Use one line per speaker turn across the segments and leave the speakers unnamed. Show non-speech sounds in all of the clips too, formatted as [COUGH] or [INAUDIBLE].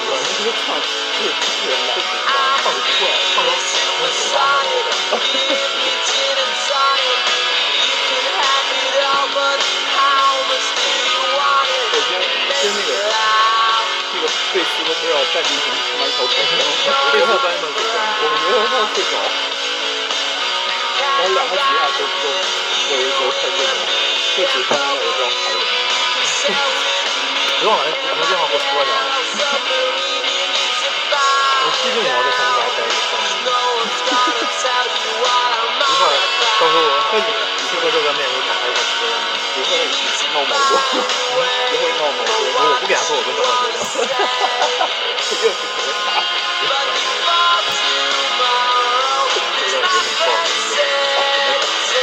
唱四四人的
啊
放错放到我嘴巴上面的。首先，跟那个这个贝斯都不知道站进行他妈一条狗，贝斯班的狗，我们没有放对狗，然后两个吉他都都都都太对了，就只翻了我不知道还有。
不要往那往那地方给我说去啊！我记定我要在他们家待着三年，一会儿到时候我
那你
你去过这个面，我打开一个直播间。
不会闹矛盾，不会闹矛
我
盾，
我不跟他说，我跟赵大哥聊。
又是
这段
可啥？
时间爆了一个，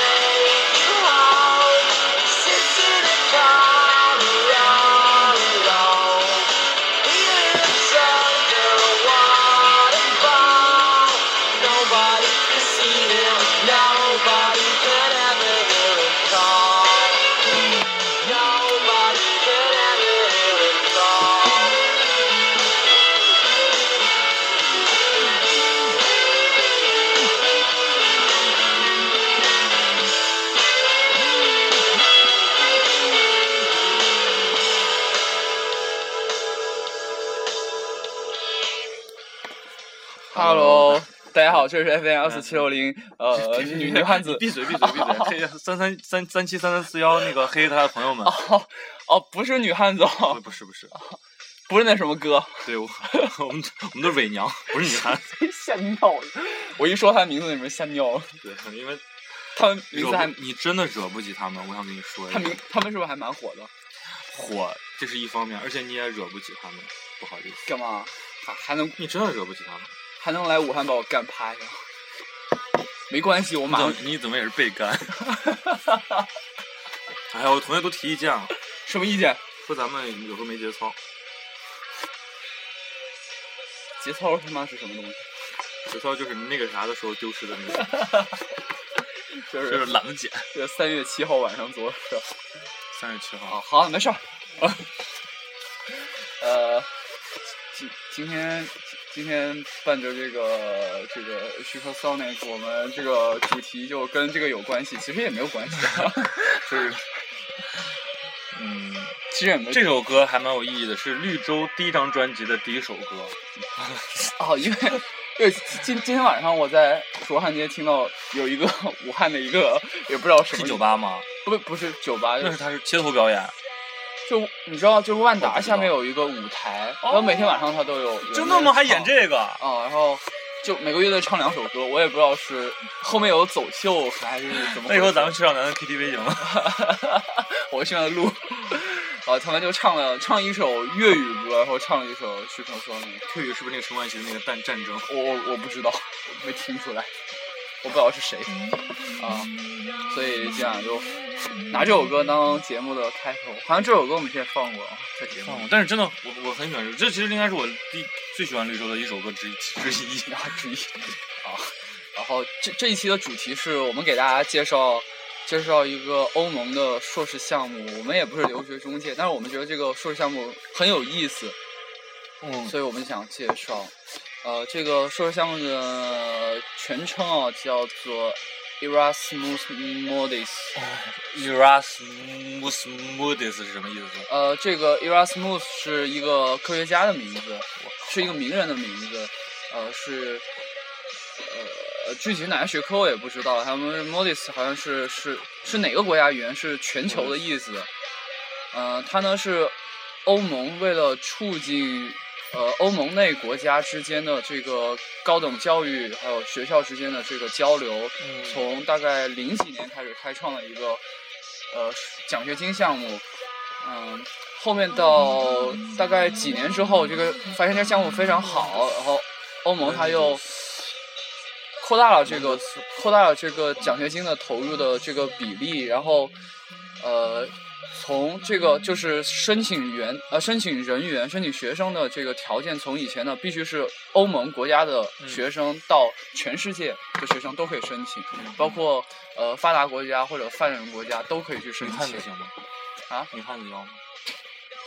Hello，大家好，这里是 FM 幺四七六零，
[LAUGHS]
呃，女女汉子。
闭嘴闭嘴闭 [LAUGHS] 嘴！这三三三三七三三四幺那个黑他的朋友们，
哦 [LAUGHS] 哦，不是女汉子，哦，
不是不是，
不是那什么歌。
对我 [LAUGHS] 我们我们的伪娘不是女孩
[LAUGHS]
子，
吓尿了！我一说她的名字，你们吓尿了。
对，因为
他们名
惹
字还，
不你真的惹不起他们，我想跟你说一
他
下，
名，他们是不是还蛮火的？
火这是一方面，而且你也惹不起他们，不好意思，
干嘛？还还能
你真的惹不起他们。
还能来武汉把我干趴下？没关系，我马上
你怎么你怎么也是被干？ [LAUGHS] 哎呀，我同学都提意见了，
[LAUGHS] 什么意见？
说咱们有时候没节操，
节操他妈是什么东西？
节操就是那个啥的时候丢失的那个，
就
[LAUGHS] 就是
是
懒得剪。
这三月七号晚上做的事儿。
三十七
啊，
号，
好，没事儿。啊呃，今今天今天伴着这个这个 Super Sonic，我们这个主题就跟这个有关系，其实也没有关系，啊
就是，嗯，
[LAUGHS] 其实也没
这首歌还蛮有意义的，是绿洲第一张专辑的第一首歌。
哦，因为因为今今天晚上我在蜀汉街听到有一个武汉的一个 [LAUGHS] 也不知道什
是
么
酒，吧吗？
不不是酒吧，
那
就是是
他是街头表演，
就你知道，就是万
我
达
不知
下面
道
有一个舞台，
哦
然后每天晚上他都有，有
真
那
的
个
吗？还演
唱
这个？
啊，然后就每个乐队唱两首歌，我也不知道是后面有走秀还是怎么回事。
那以后咱们去上咱的 KTV 行吗？
[LAUGHS] 我现在录，啊，他们就唱了唱一首粤语歌，然后唱了一首徐成说那个，
退语是不是那个陈冠希的那个战战争？
我我我不知道，没听出来，我不知道是谁啊，所以今晚就拿这首歌当节目的开头，好像这首歌我们之前放过啊，在节目
哦
里。，
但是真的，我我很喜欢这，这其实应该是我第最喜欢绿洲的一首歌之一之一。
然后注意啊，然后这这一期的主题是我们给大家介绍介绍一个欧盟的硕士项目，我们也不是留学中介，但是我们觉得这个硕士项目很有意思，
[LAUGHS] 嗯，
所以我们想介绍。呃，这个硕士项目的全称啊叫做 Erasmus Modis。
Erasmus Modis 是什么意思？
呃，这个 Erasmus 是一个科学家的名字，是一个名人的名字，呃，是呃具体是哪个学科我也不知道。他们 Modis 好像是是是哪个国家语言是全球的意思。呃，它呢是欧盟为了促进呃欧盟内国家之间的这个高等教育还有学校之间的这个交流，从大概零几年开始开创了一个呃奖学金项目，嗯，后面到大概几年之后，这个发现这项目非常好，然后欧盟它又扩大了这个扩大了这个奖学金的投入的这个比例，然后呃。从这个就是申请员呃申请人员申请学生的这个条件，从以前的必须是欧盟国家的
嗯
学生到全世界的学生都可以申请，包括呃发达国家或者发展中国家都可以去申
女汉
请
子。行吗？
啊？
女汉子要吗？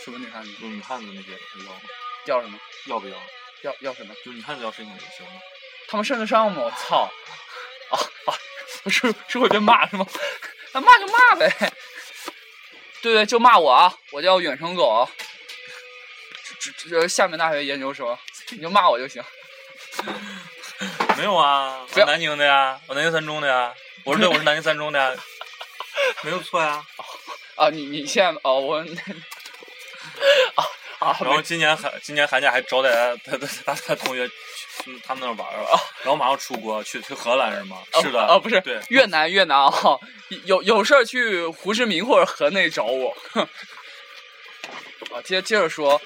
什么女汉子
不是女汉子那些要吗？
叫什么？
要不要？
要要什么？
就是你汉字要申请也行吗？
他们上得上吗？我操！啊啊！是是会被骂是吗？那骂就骂呗。对对，就骂我啊！我叫远程狗啊。这这这厦门大学研究生，你就骂我就行。
[LAUGHS] 没有啊，
不
我
要
南宁的呀，我南京三中的呀，我是对，我是南京三中的
[LAUGHS]
呀，没有错呀。
啊，你你现在哦，我 [LAUGHS] 啊啊，
然后今年寒今年寒假还招待 [LAUGHS] 他他他他同学去他们那儿玩儿了，啊然后马上出国去去荷兰是吗？
哦
是的，
哦，不是
对，
越南越南啊、 [LAUGHS] 有有事儿去胡志明或者河内找我。 [LAUGHS] 啊，接接着说，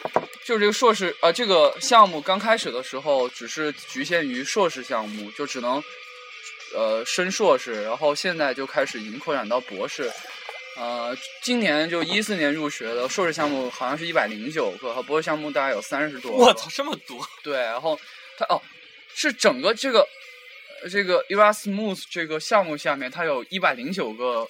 就是这个硕士呃，这个项目刚开始的时候只是局限于硕士项目，就只能呃升硕士，然后现在就开始已经扩展到博士。呃，今年就一四年入学的硕士项目好像是一百零九个，和博士项目大概有三十多个。
我操，这么多！
对，然后它哦，是整个这个呃这个 Erasmus 这个项目下面，它有一百零九个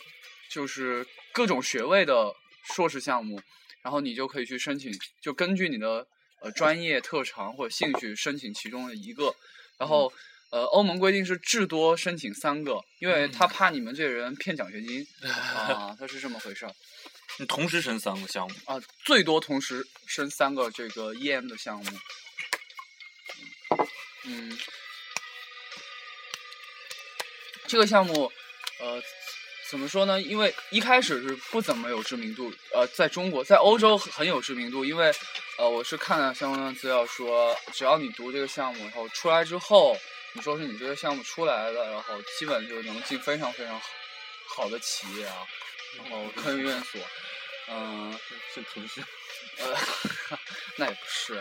就是各种学位的硕士项目，然后你就可以去申请，就根据你的呃专业特长或者兴趣申请其中的一个，然后。呃，欧盟规定是至多申请三个，因为他怕你们这人骗奖学金、啊，他是这么回事儿
你同时申三个项目，
啊，最多同时申三个这个 EM 的项目。嗯，这个项目，呃，怎么说呢？因为一开始是不怎么有知名度，呃，在中国，在欧洲很有知名度，因为呃，我是看了相关的资料说，只要你读这个项目，然后出来之后，你说是你这个项目出来了，然后基本就能进非常非常好好的企业啊，然后科学院所，嗯、
是腾讯。
呃， [LAUGHS] 那也不是，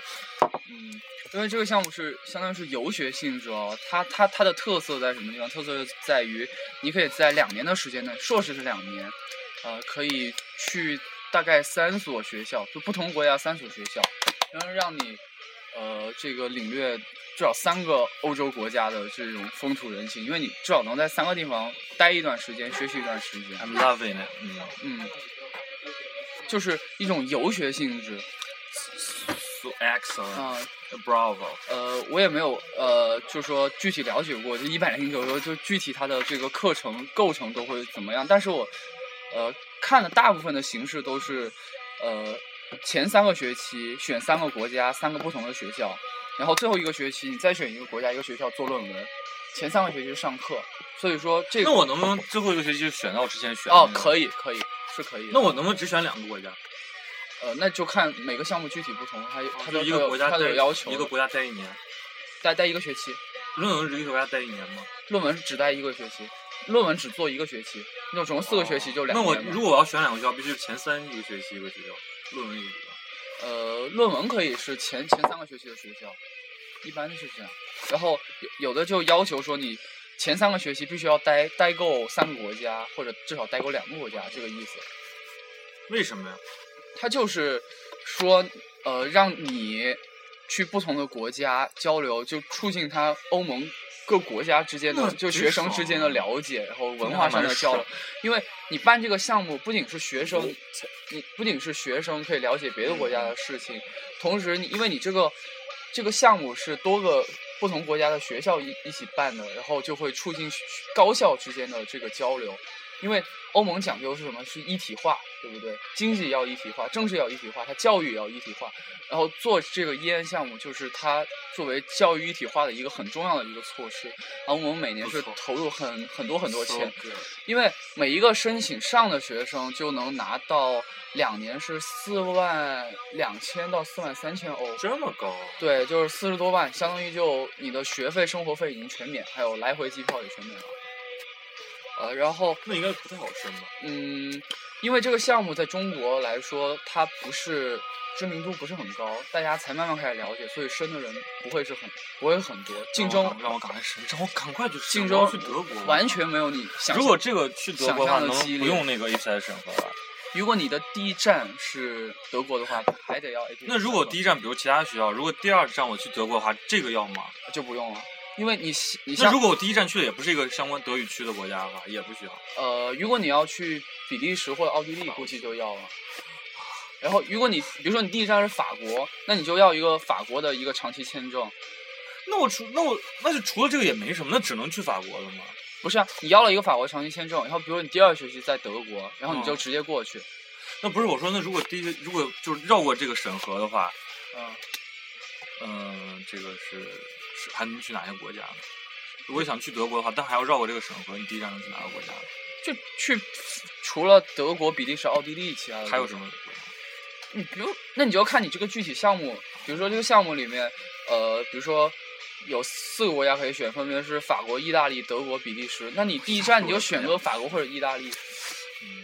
嗯，因为这个项目是相当于是游学性质哦，它它它的特色在什么地方？特色就在于你可以在两年的时间内，硕士是两年，呃，可以去大概三所学校，就不同国家三所学校，然后让你呃这个领略至少三个欧洲国家的这种风土人情，因为你至少能在三个地方待一段时间，学习一段时间。
I'm loving it。嗯，
嗯，就是一种游学性质
so excellent，bravo、
啊、
Bravo
呃，我也没有呃，就说具体了解过，就一百零九个，就具体它的这个课程构成都会怎么样。但是我呃看了大部分的形式都是呃前三个学期选三个国家、三个不同的学校，然后最后一个学期你再选一个国家、一个学校做论文。前三个学期是上课，所以说这个
那我能不能最后一个学期选到我之前选的
哦
那个
可以可以是可以的。
那我能不能只选两个国家？
呃那就看每个项目具体不同，它有它
哦就
都
一个国家
它都
待
有要求的，
一个国家待一年，
待待一个学期。
论文只一个国家待一年吗？
论文只带一个学期，论文只做一个学期，那总共四个学期就两
哦那我
年嘛
如果我要选两个学校，必须是前三一个学期一个学校，论文一个学校。
呃，论文可以是前前三个学期的学校，一般是这样。然后有有的就要求说你前三个学期必须要待待够三个国家，或者至少待够两个国家，这个意思。
为什么呀？
它就是说，呃，让你去不同的国家交流，就促进它欧盟各国家之间的，
那
就
挺
学生之
爽
间的
啊
了解，然后文
那
化
还
上
蛮
的交流
爽。嗯
因为你办这个项目，不仅是学生，你不仅是学生可以了解别的国家的事情，同时你因为你这个这个项目是多个。不同国家的学校一一起办的，然后就会促进学高校之间的这个交流。因为欧盟讲究是什么？是一体化，对不对？经济要一体化，政治要一体化，它教育也要一体化。然后做这个 EN 项目，就是它作为教育一体化的一个很重要的一个措施。然后我们每年是
不错
投入很很多很多
So
钱，
good
因为每一个申请上的学生就能拿到两年是四万两千到四万三千欧。
这么高啊？
对，就是四十多万，相当于就你的学费、生活费已经全免，还有来回机票也全免了。呃，然后
那应该不太好申吧？
嗯，因为这个项目在中国来说，它不是知名度不是很高，大家才慢慢开始了解，所以申的人不会是很不会很多，竞争
让我赶快申，让我赶快去申
竞
我
争
要去德国，
完。全没有你想象。
如果这个去德国的
想
话，
象的
能
激
不
烈
用那个 API 审核吧？
如果你的第一站是德国的话，还得要 A P。
那如果第
一
一站比如其他学校，如果第二站我去德国的话，这个要吗？
就不用了，因为你你
那
像
如果我第一站去的也不是一个相关德语区的国家的话，也不需要。
呃，如果你要去比利时或者奥地利，估计就要了。然后如果你比如说你第一站是法国，那你就要一个法国的一个长期签证。
那我除那我那就除了这个也没什么，那只能去法国了嘛。
不是啊，你要了一个法国长期签证，然后比如你第二学期在德国，然后你就
嗯
直接过去。
那不是我说，那如果第一如果就是绕过这个审核的话，
嗯，
嗯、这个是是还能去哪些国家呢？如果想去德国的话，但还要绕过这个审核，你第一站能去哪个国家呢？
就去除了德国、比利时、奥地利，其他的
还有
地
什
方
么？
你比如，那你就要看你这个具体项目，比如说这个项目里面，呃，比如说有四个国家可以选，分别是法国、意大利、德国、比利时。那你第一站你就选个法国或者意大利，
嗯，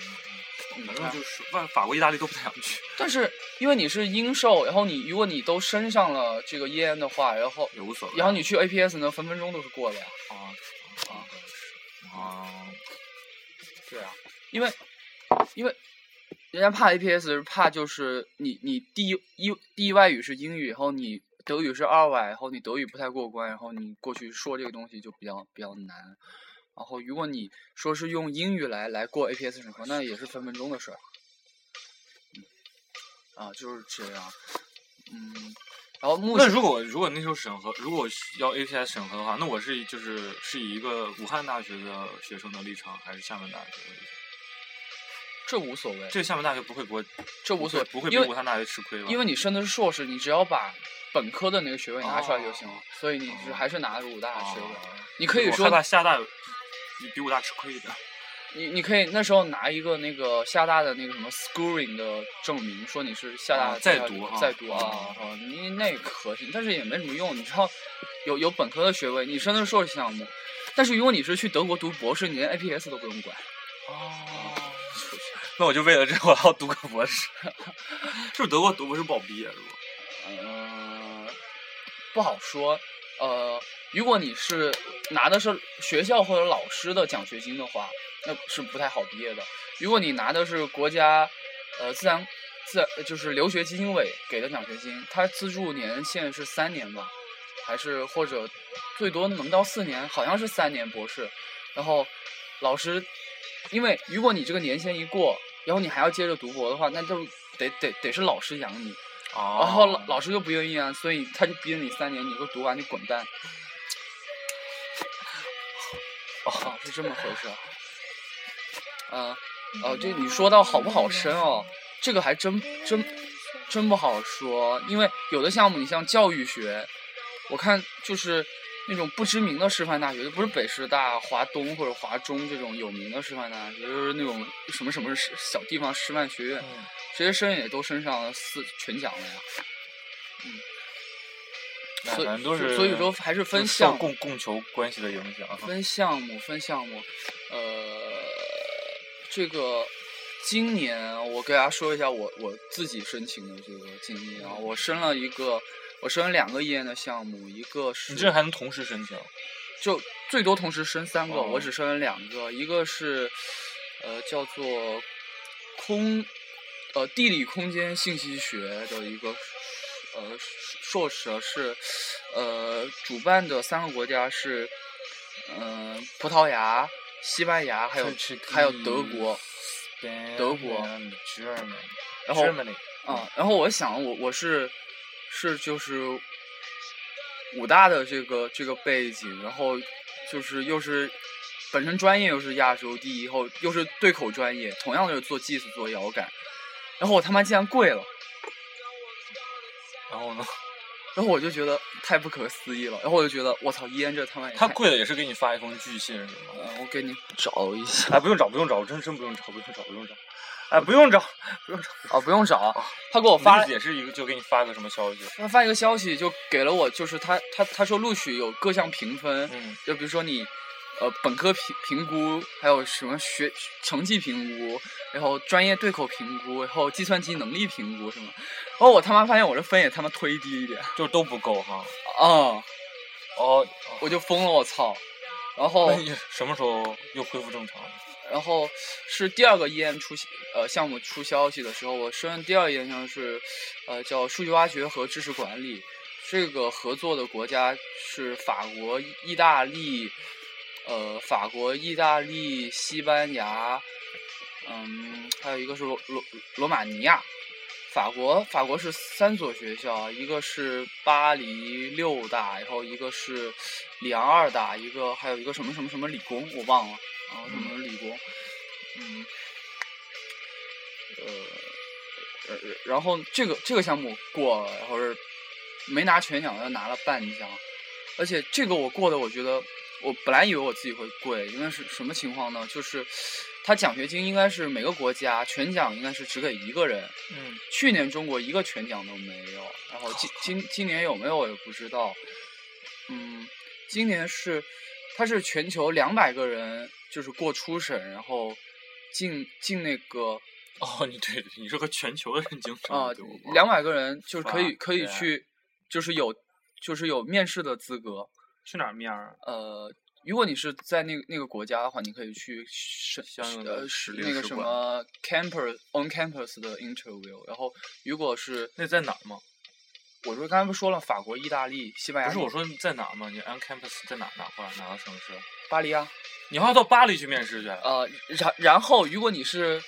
嗯
反正就是法法国、意大利都不太想去，
但是因为你是英授，然后你如果你都升上了这个 EN 的话，然后
也无所谓。
然后你去 APS 呢，分分钟都是过的呀。
啊啊啊！
对啊，因为因为人家怕 APS 是怕就是你你第一一第一外语是英语，然后你德语是二外，然后你德语不太过关，然后你过去说这个东西就比较比较难。然后如果你说是用英语来来过 APS 审核，那也是分分钟的事儿。嗯，啊，就是这样。嗯，然后目
那
前
如果如果那时候审核，如果要 APS 审核的话，那我是就是是以一个武汉大学的学生的立场，还是厦门大学的立场？
这无所谓，
这个厦门大学不会给我，
这无所谓，
不会比
因为
武汉大学吃亏吧？
因为你升的是硕士，你只要把本科的那个学位拿出来就行了，
哦
所以你是还是拿了个武大的
啊
学位。你可以
我
说
害，怕厦大比比武大吃亏一点。
你你可以那时候拿一个那个厦大的那个什么 schooling 的证明，说你是厦大
啊
的
在
在
读哈
在读啊
啊，
哦你那个可行，但是也没什么用。你知道，有有本科的学位，你升的是硕士项目，但是如果你是去德国读博士，你连 APS 都不用管。
哦， [LAUGHS] 那我就为了这，我要读个博士。 [LAUGHS] 是不是德国读博士不好毕业？是吧？
呃，不好说。呃，如果你是拿的是学校或者老师的奖学金的话，那是不太好毕业的。如果你拿的是国家，呃，自然自然就是留学基金委给的奖学金，它资助年限是三年吧，还是或者最多能到四年，好像是三年博士。然后老师，因为如果你这个年限一过，然后你还要接着读博的话，那就得得得是老师养你。
哦
然后老老师就不愿意啊，所以他就逼着你三年，你说读完就滚蛋。哦，是这么回事儿。啊、呃，这你说到好不好申哦，这个还真真真不好说，因为有的项目你像教育学，我看就是那种不知名的师范大学，就不是北师大、华东或者华中这种有名的师范大学，就是那种什么什么师小地方师范学院，
嗯
直接升也都升上了四全奖了呀。
哎
所以
反正都是
所以说还是分
都受
项目
供供求关系的影响。
分项目，分项目，呃，这个今年我给大家说一下我我自己申请的这个经历啊，我申了一个，我申了两个 EN 的项目，一个是
你这还能同时申请？
就最多同时申三个，
哦
我只申了两个，一个是呃叫做空呃地理空间信息学的一个呃硕士啊是呃主办的三个国家是嗯、呃葡萄牙、西班牙还有还有德国，德国
Germany，
然后
Germany
啊、然后我想我我是是就是武大的这个这个背景，然后就是又是本身专业又是亚洲第一，后又是对口专业，同样都是做技术做遥感，然后我他妈竟然跪了，
然后
[LAUGHS]
呢？
然后我就觉得太不可思议了，然后我就觉得我操，伊恩这他妈也
他
太
贵了也是给你发一封拒信是吗？
呃我给你找一下
哎，不用找，不用找，我真真不用找，不用找，不用找。哎，不用找，不用找。
啊，不用找，他给我发了
也是一个，就给你发个什么消息？
他发一个消息就给了我，就是他他他说录取有各项评分，
嗯，
就比如说你，呃，本科评评估，还有什么学成绩评估，然后专业对口评估，然后计算机能力评估什么。然后我他妈发现我这分也他妈忒低一点，
就都不够哈。
啊，
哦，
我就疯了，我操！然后
那你什么时候又恢复正常了？
然后是第二个 EM 出呃项目出消息的时候，我升第二个 EM 项目是，呃叫数据挖掘和知识管理，这个合作的国家是法国、意大利，呃法国、意大利、西班牙，嗯还有一个是罗罗罗马尼亚，法国，法国是三所学校，一个是巴黎六大，然后一个是里昂二大，一个还有一个什么什么什么理工，我忘了，然后什么理工，嗯，呃，呃然后这个这个项目过了，然后是没拿全奖，但拿了半奖，而且这个我过的，我觉得我本来以为我自己会跪，因为是什么情况呢？就是他奖学金应该是每个国家全奖应该是只给一个人，
嗯，
去年中国一个全奖都没有，然后今今今年有没有我也不知道。嗯，今年是它是全球两百个人就是过初审，然后进进那个
[LAUGHS] 哦，你对，你是个全球的人精神
啊
对我忘了
两百个人就是可以
哇
可以
对啊
去就是有就是有面试的资格。
去哪儿面儿？
呃，如果你是在那个那个国家的话，你可以去申
相应的
呃
使
那
领
个
事
什
馆
么 campus on campus 的 interview。然后如果是
那在哪儿吗？
我说刚才不是说了法国、意大利、西班牙，
不是我说你在哪儿吗？你 on campus 在哪哪块儿哪个城市？
巴黎啊。
你还要到巴黎去面试去？
呃，然然后如果你是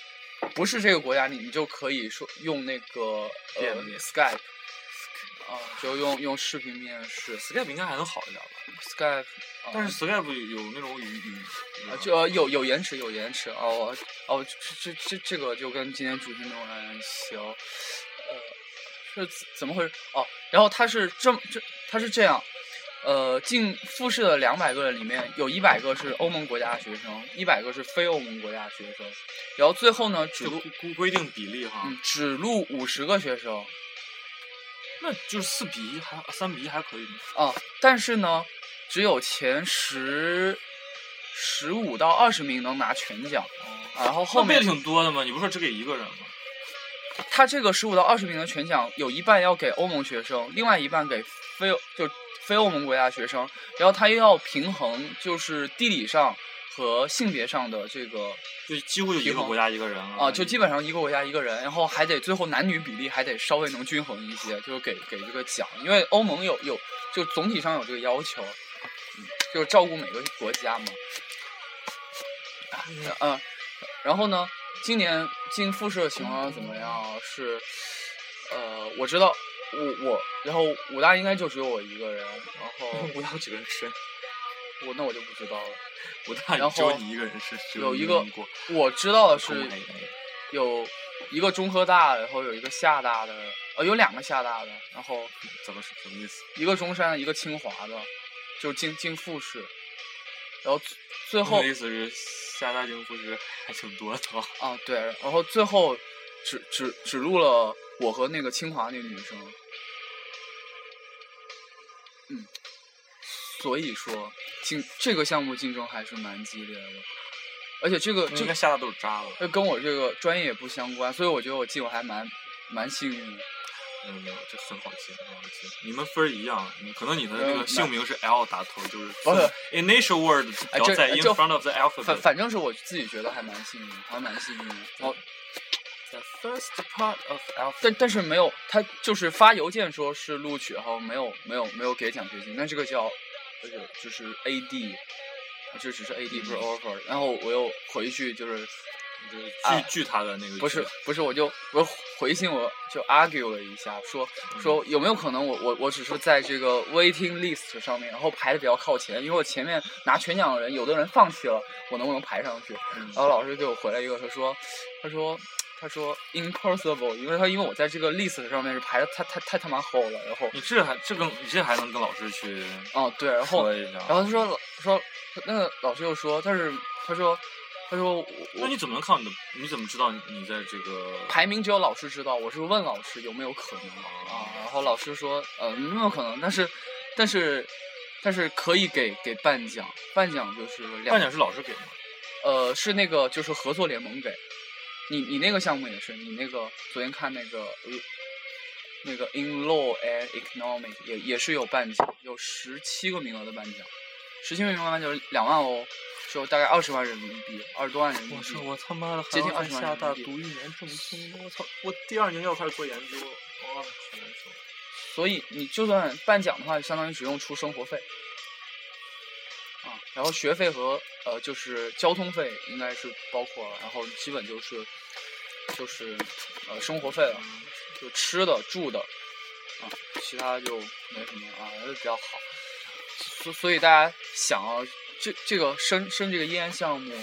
不是这个国家，你你就可以说用那个
便
呃
利
Skype。啊、就用用视频面试
Skype 应该还能好一点吧，
Skype，、呃、
但是 Skype 有那种语语，
啊，就呃有有延迟，有延迟哦哦，这这这这个就跟今天主题没有关系哦。呃，是怎怎么回事？哦，然后他是这么这他是这样，呃，进复试的两百个人里面，有一百个是欧盟国家的学生，一百个是非欧盟国家的学生，然后最后呢只
就
录
规规规定比例哈，
嗯只录五十个学生
那就是四比一还三比一还可以吗？
啊，但是呢，只有前十十五到二十名能拿全奖，啊然后后
那不也
面
挺多的吗？你不是说只给一个人吗？
他这个十五到二十名的全奖，有一半要给欧盟学生，另外一半给非欧就非欧盟国家学生，然后他又要平衡就是地理上和性别上的这个
就几乎就一
平
个
衡
国家一个人了
啊、就基本上一个国家一个人，然后还得最后男女比例还得稍微能均衡一些，就是给给这个奖，因为欧盟有有就总体上有这个要求，嗯就是照顾每个国家嘛。啊，嗯、然后呢，今年进复试的情况怎么样啊？是，呃，我知道我我，然后武大应该就只有我一个人，然
[LAUGHS]
后
五大几个人申，
我那我就不知道了。
五大
然后
只有你一个人申，只
有
你
一
一
个
人过。
我知道的是
空白的
有一个中科大，然后有一个厦大的，呃，有两个厦大的，然后
怎么是什么意思？
一个中山的，一个清华的，就进进复试，然后最最
最
后
的意思是厦大进复试还挺多的 [LAUGHS] 哦。
啊对，然后最后只只只录了我和那个清华那个女生，嗯，所以说竞这个项目竞争还是蛮激烈的，而且这个这
应
个
该厦大都是渣了。
这跟我这个专业也不相关，所以我觉得我进我还蛮蛮幸运的。
嗯没有没有，这很好记，很好记。你们分儿一样，你可能你的那
嗯那
个姓名是 L 打头，就是
不是
initial word，
哎
然后
这
在
哎
in
这
front of the
反
alphabet。
反正是我自己觉得还蛮幸运，还蛮幸运的。哦，
The first part of alphabet。
但但是没有，他就是发邮件说是录取，然后没有没有没有给奖学金，但这个叫就是就是 AD，这只是 AD 不是
嗯
offer，然后我又回去就是
就是
啊
拒拒他的那个
不是
拒
不是，我就我回信我就 argue 了一下，说说有没有可能我我我只是在这个 waiting list 上面，然后排的比较靠前，因为我前面拿全奖的人，有的人放弃了，我能不能排上去？然
嗯
后老师给我回了一个，他说他说他说 impossible，因为他因为我在这个 list 上面是排的太太太他妈后了，然后
你这还这跟你这还能跟老师去
哦对，然后
说一下？
然后他说老说那个老师又说，但是他说他说我
那你怎么能看你的？你怎么知道你你在这个？
排名只有老师知道，我是问老师有没有可能啊，然后老师说，呃，没有可能，但是，但是，但是可以给给半奖，半奖就是两，
半奖是老师给的吗？
呃，是那个就是合作联盟给，你你那个项目也是，你那个昨天看那个，呃那个 in law and economic 也也是有半奖，有十七个名额的半奖，十七个名额的半奖就是两万欧，就大概二十万人民币，二十多万人民
我
币
说，我他妈的还
接近
要在
20万
厦
人
大
民币
读一年正宗，我操！我第二年要开始做研究了，哇，好难受。
所以你就算半奖的话，相当于只用出生活费，啊，然后学费和呃就是交通费应该是包括了，然后基本就是就是呃生活费了。就吃的、住的，啊，其他就没什么啊，还是比较好。所所以大家想啊，这这个升升这个烟项目，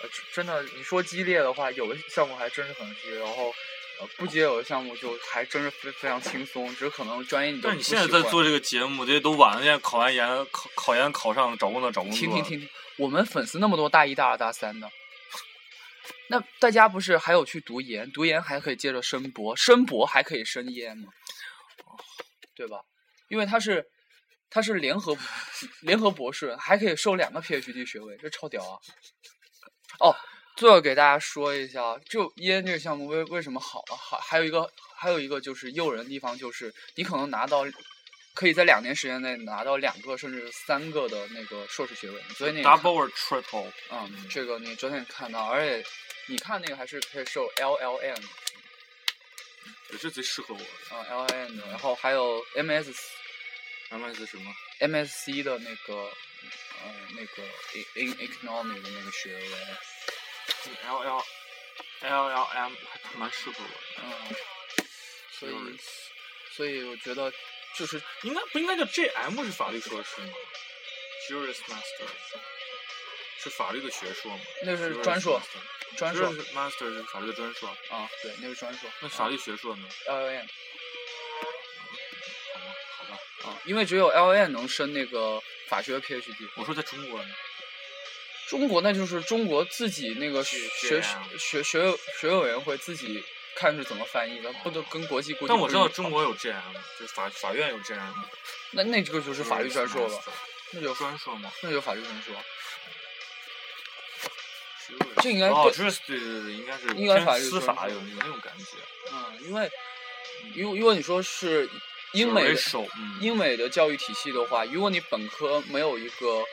呃，真的你说激烈的话，有的项目还真是很激烈，然后。呃，不接有的项目就还真是非非常轻松，只是可能专业你都
但
不
你
喜
现
欢。
在在做这个节目，这都晚了。现在考完研，考考研考上，找工作找工作。
停停停停！我们粉丝那么多，大一、大二、大三的，那大家不是还有去读研？读研还可以接着申博，申博还可以升研吗？哦对吧？因为它是它是联合联合博士，还可以收两个 PhD 学位，这超屌啊！哦，最后给大家说一下，就，E 烟这个项目为为什么好啊？还还有一个还有一个就是诱人的地方，就是你可能拿到。可以在两年时间内拿到两个甚至三个的那个硕士学位，所以你
Double or triple？
嗯，这个你昨天也看到，而且你看那个还是可以受 LLM
这贼适合我。
啊、LLM 的，然后还有 MS
MS 什么？
MSc 的那个呃那个 in in economy 的那个学位，
L L L L M 还蛮适合我的。
嗯，所以
就是
所以我觉得就是
应该不应该叫 J M 是法律硕士吗？Juris Master 是法律的学硕吗？
那是
Juris
专硕
Master
专硕
Juris Master 是法律的专硕，
啊，对，那是专硕。
那法律学硕呢？
LLM
好吗？好吧，
啊，因为只有 LLM 能升那个法学的 PhD。
我说在中国呢，
中国那就是中国自己那个
是
学
这样
学学委学委员会自己看是怎么翻译的，不能跟国际估计。
但我知道中，国有 J M，就是法法院有 J M，
那那这个就是法律专硕了，
吧？
那就
专硕吗？
那就法律专硕。
Juris
这应该
哦
对
，Juris 对对对，应该是
应该
偏
法律
司
专
法
硕
有有那种感觉，
嗯，因为如如果你说是英
就是
美
为
的
首，嗯，
英美的教育体系的话，如果你本科没有一个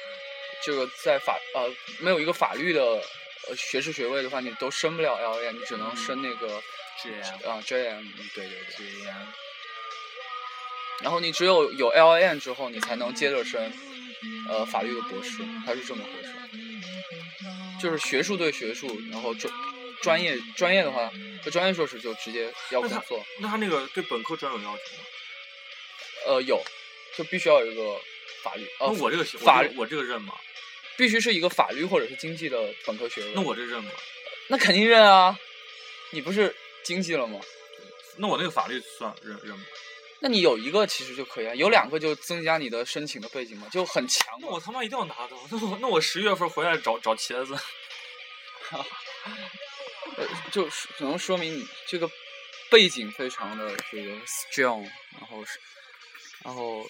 这个在法呃没有一个法律的呃学士学位的话，你都升不了 L M，你只能
嗯
升那个
JM
啊 J M，对对对。
J M。
然后你只有有 L A N 之后，你才能接着升，呃，法律的博士，它是这么回事。就是学术对学术，然后专专业专业的话，就专业硕士就直接要工
那它
作。
那他那个对本科专有要求吗？
呃，有，就必须要有一个法律，呃，
那我这个我
法
这个我这个认吗？
必须是一个法律或者是经济的本科学位。
那我这认吗？
那肯定认啊，你不是经济了吗？
那我那个法律算认认吗？
那你有一个其实就可以啊，有两个就增加你的申请的背景嘛，就很强
那
嘛。
我他妈一定要拿到！那我那我十月份回来找找茄子，
呃，就是只能说明你这个背景非常的这个 strong，然后是，然后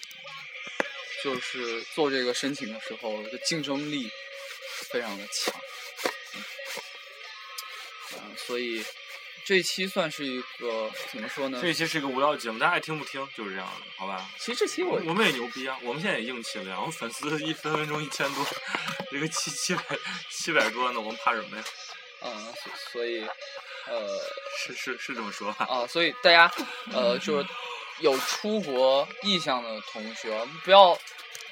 就是做这个申请的时候，这竞争力非常的强。嗯，呃所以这一期算是一个怎么说呢
这？一期是一个无聊节目，大家爱听不听就是这样的，好吧？
其实这期
我
我
我们也牛逼啊，我们现在也硬气了呀，我们粉丝一分分钟一千多， [LAUGHS] 这个七七百七百多呢，我们怕什么呀？
嗯，所所以呃。
是是是这么说吧？
啊，所以大家呃，就是有出国意向的同学，不要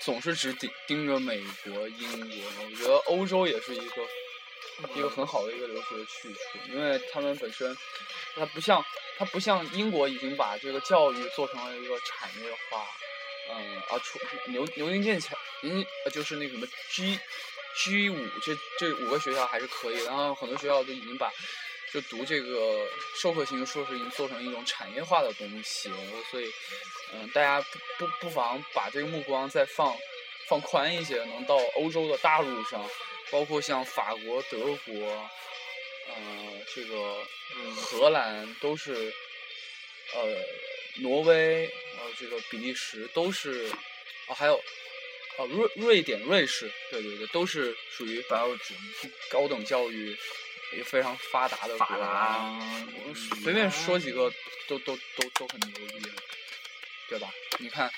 总是只盯盯着美国、英国，我觉得欧洲也是一个一个很好的一个留学去处，因为他们本身它不像它不像英国已经把这个教育做成了一个产业化，嗯啊，出牛牛津剑桥，您呃就是那个什么 G G 五这这五个学校还是可以的，然后很多学校都已经把就读这个授课型的硕士已经做成一种产业化的东西了，所以嗯、大家不不不妨把这个目光再放放宽一些，能到欧洲的大陆上，包括像法国、德国，呃，这个
嗯
荷兰都是，呃，挪威，呃，这个比利时都是，啊，还有，啊，瑞瑞典、瑞士，对对对，都是属于高等教育也非常发达的国
法
家。
拉，
我随便说几个都都都都很牛逼了，啊对吧？你看，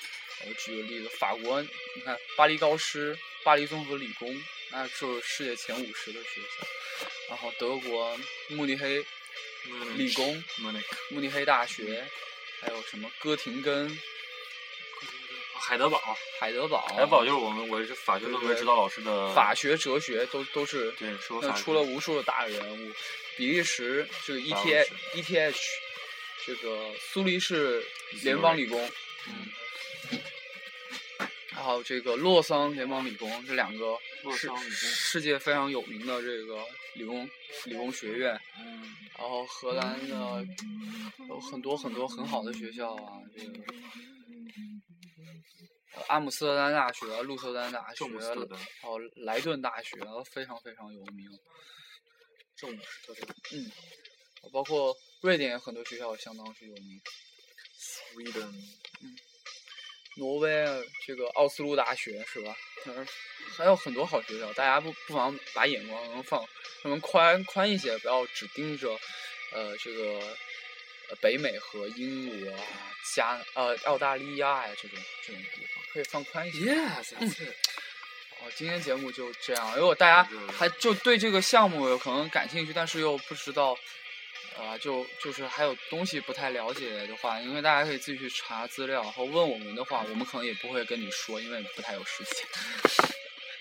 我举个例子，法国，你看巴黎高师、巴黎综合理工，那就是世界前五十的学校。然后德国慕尼黑
嗯
理工、
Munich
慕尼黑大学，还有什么哥廷根、
海德堡，
海德堡、
海德堡就是我们我是法学论文指导老师的
法学、哲学都都是
对，是我
那
法
出了无数的大人物，比利时这个
法
ETH
国
ETH 这个苏黎世联邦理工，
嗯，
还有这个洛桑联邦理工这两个
洛
世
桑理工
世界非常有名的这个理工理工学院，
嗯，
然后荷兰的有很多很多很好的学校啊，这个呃阿姆斯特丹大学、鹿特丹大学，
詹姆斯特丹
还有莱顿大学，非常非常有名。嗯
詹姆斯特丹
包括瑞典有很多学校相当是有名，
，Sweden，
挪威啊，这个奥斯陆大学是吧？嗯，还有很多好学校，大家不不妨把眼光能放能宽宽一些，不要只盯着呃这个呃北美和英国啊、加呃澳大利亚呀、这种这种地方，可以放宽一些。
Yes，that's it
哦，今天节目就这样。如果大家
就是
还就对这个项目有可能感兴趣，但是又不知道，呃，就就是还有东西不太了解的话，因为大家可以自己去查资料，然后问我们的话，我们可能也不会跟你说，因为不太有时间。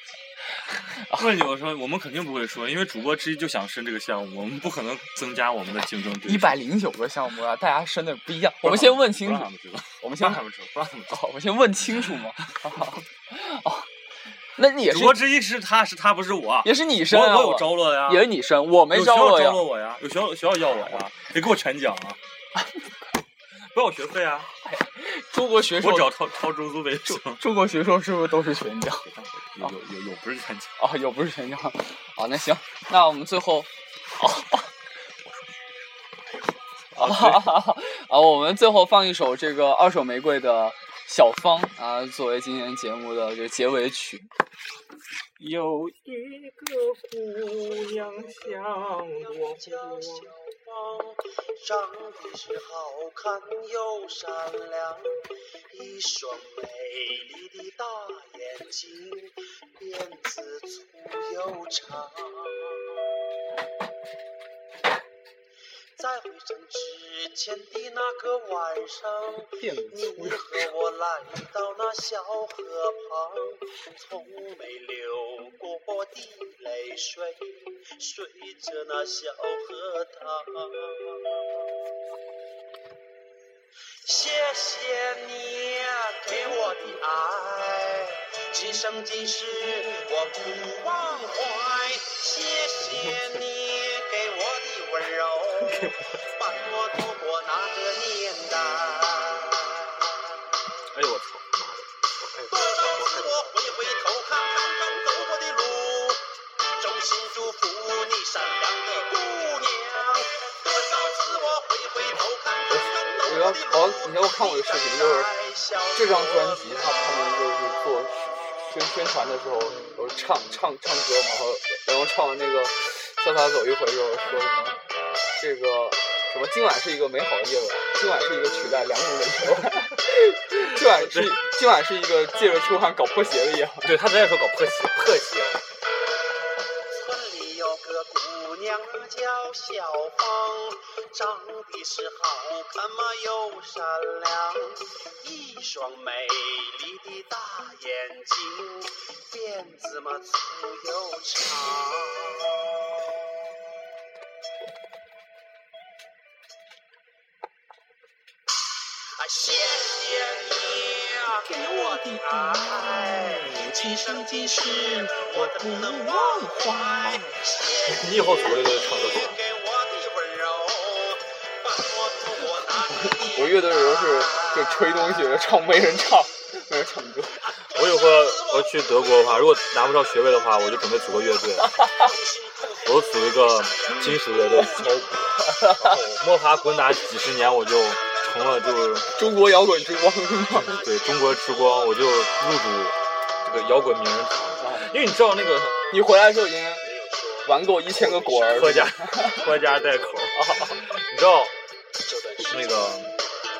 [LAUGHS] 问你我说，我们肯定不会说，因为主播之一就想申这个项目，我们不可能增加我们的竞争对手。
一百零九个项目啊，大家申的不一样。我们先问清
不让他
楚，
们知道，
我们
不
先
让他们知道，不让他们知道。
哦，我先问清楚嘛。哦，那你也
主
是
播之一是他是他不是我，
也是你申
我
啊，
我有招落呀，
也是你申，我没
有
招
学
了
校
呀
招。落我呀，有学校学校要我呀，得给我全奖
[LAUGHS]
啊，不要我学费啊，
中国学
我
硕
只，要超超中租费就行。
中国学硕是不是都是全奖？
有有有有不是全奖，
哦，有不是全奖。哦，那行，那我们最后，哦，啊，啊，我们最后放一首这个二手玫瑰的《小芳》啊，作为今天节目的这个结尾曲。
有一个姑娘向我哭。
长得是好看又善良，一双美丽的大眼睛，辫子粗又长。在回城之前的那个晚上，你和我来到那小河旁，从没流过我的泪水，随着那小河淌。谢谢你给我的爱，今生今世我不忘怀。谢谢你给我的温柔，伴我度过那个年代。
哎呦我操！
多少次我回回头看看刚走过的路，衷心祝福你善良的姑娘。多少次我回回头看看刚走过的路，
你要看我的视频就是这张专辑他他们就是做宣宣传的时候，有唱唱唱歌嘛，然后然后唱完那个《潇洒走一回》之后说什么这个什么今晚是一个美好的夜晚，今晚是一个取代良人的夜晚，今晚是今晚是一个借着出汗搞破鞋的夜晚。对他在说搞破鞋破鞋，
村里有个姑娘叫小芳，长得是好看嘛又善良，一双美丽的大眼睛，辫子嘛粗又长。啊，谢谢你啊，给我的爱，今生今世我怎能忘怀？谢谢 [LAUGHS] 你以后所有的唱歌给我的温柔，伴我度过那个年
我乐队的时候是就吹东西，我就唱啊没人唱，没人唱歌。
我有个我去德国的话，如果拿不到学位的话，我就准备组个乐队，我就组一个金属乐队，超鼓，然后摸爬滚打几十年，我就成了就是
中国摇滚之光，
对中国之光，我就入主这个摇滚名人堂，因为你知道那个
你回来的时候已经玩够一千个果儿。
拖家拖家带口，你知道那个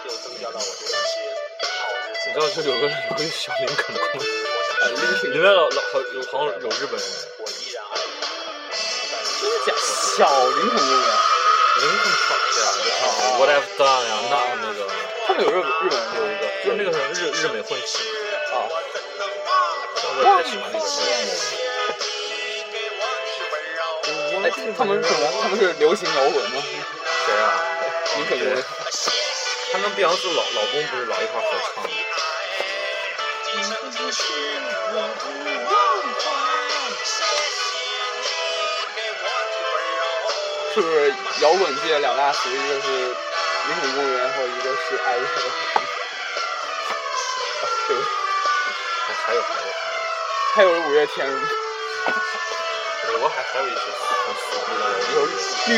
就增加到我这段时间好日子。
你知道就有个有个小林肯公，
我想
里面老老好有好像有日本人，
我依然爱你。
真假？小林肯公园，
林肯唱对啊，就唱 What I've Done 呀，那那个
他们有日本日本人
有一个就是那个什么日日美混血。
啊，
我也太喜欢那个了。
哎，他们是什么？他们是流行摇滚吗？
谁啊？
你可别
对，他跟碧昂斯老老公不是老一块儿合唱吗？
是不是摇滚界两大俗，一个是林肯公园，还有一个是爱乐。 [LAUGHS] 对，
还还有还有还
还有五月天，
有，美国还还有一支很俗逼的
有
乐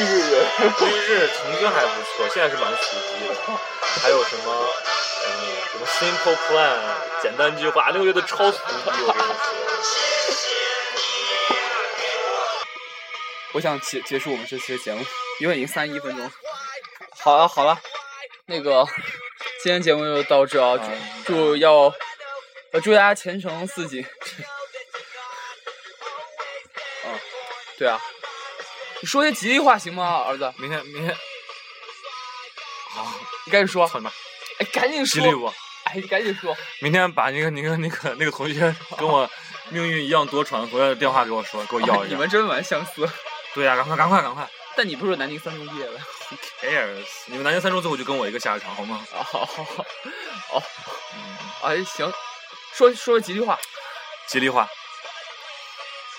队，
绿日人，
绿日曾经还不错，现在是蛮熟悉的。还有什么，嗯，什么 Simple Plan，简单计划，那个乐队超熟悉，我跟你说。
我想结结束我们这期的节目，因为已经三十一分钟。啊
好了好了，
那个，今天节目就到这啊，祝祝要，呃，祝大家前程似锦。嗯，对啊，你说些吉利话行吗，儿子？
明天明天，好，
你赶紧说
操，你妈，
哎，赶紧
激励
说，
我！
哎，你赶紧说，
明天把那个那个那个那个同
[LAUGHS]
学跟我命运一样多舛回来的电话给我说，给我要
哎
一
你
下。
们真蛮相似。
对呀、赶快赶快赶快
但你不是南宁三中毕业的？
！cares，你们南京三中最后就跟我一个下场好吗？
哦，哦，
嗯
哎，行，说说吉利话，
吉利话，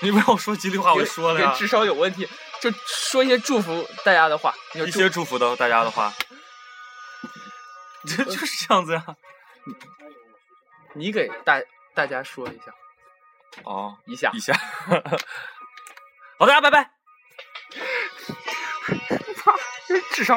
你不要说吉利话，我就说了啊
人
呀
人。智商有问题，就说一些祝福大家的话，你就
一
祝
些祝福到大家
[LAUGHS]
的话，这就是这样子呀、
你给大大家说一下，
哦，
一下
一下， [LAUGHS] 啊好，大家拜拜。
智商。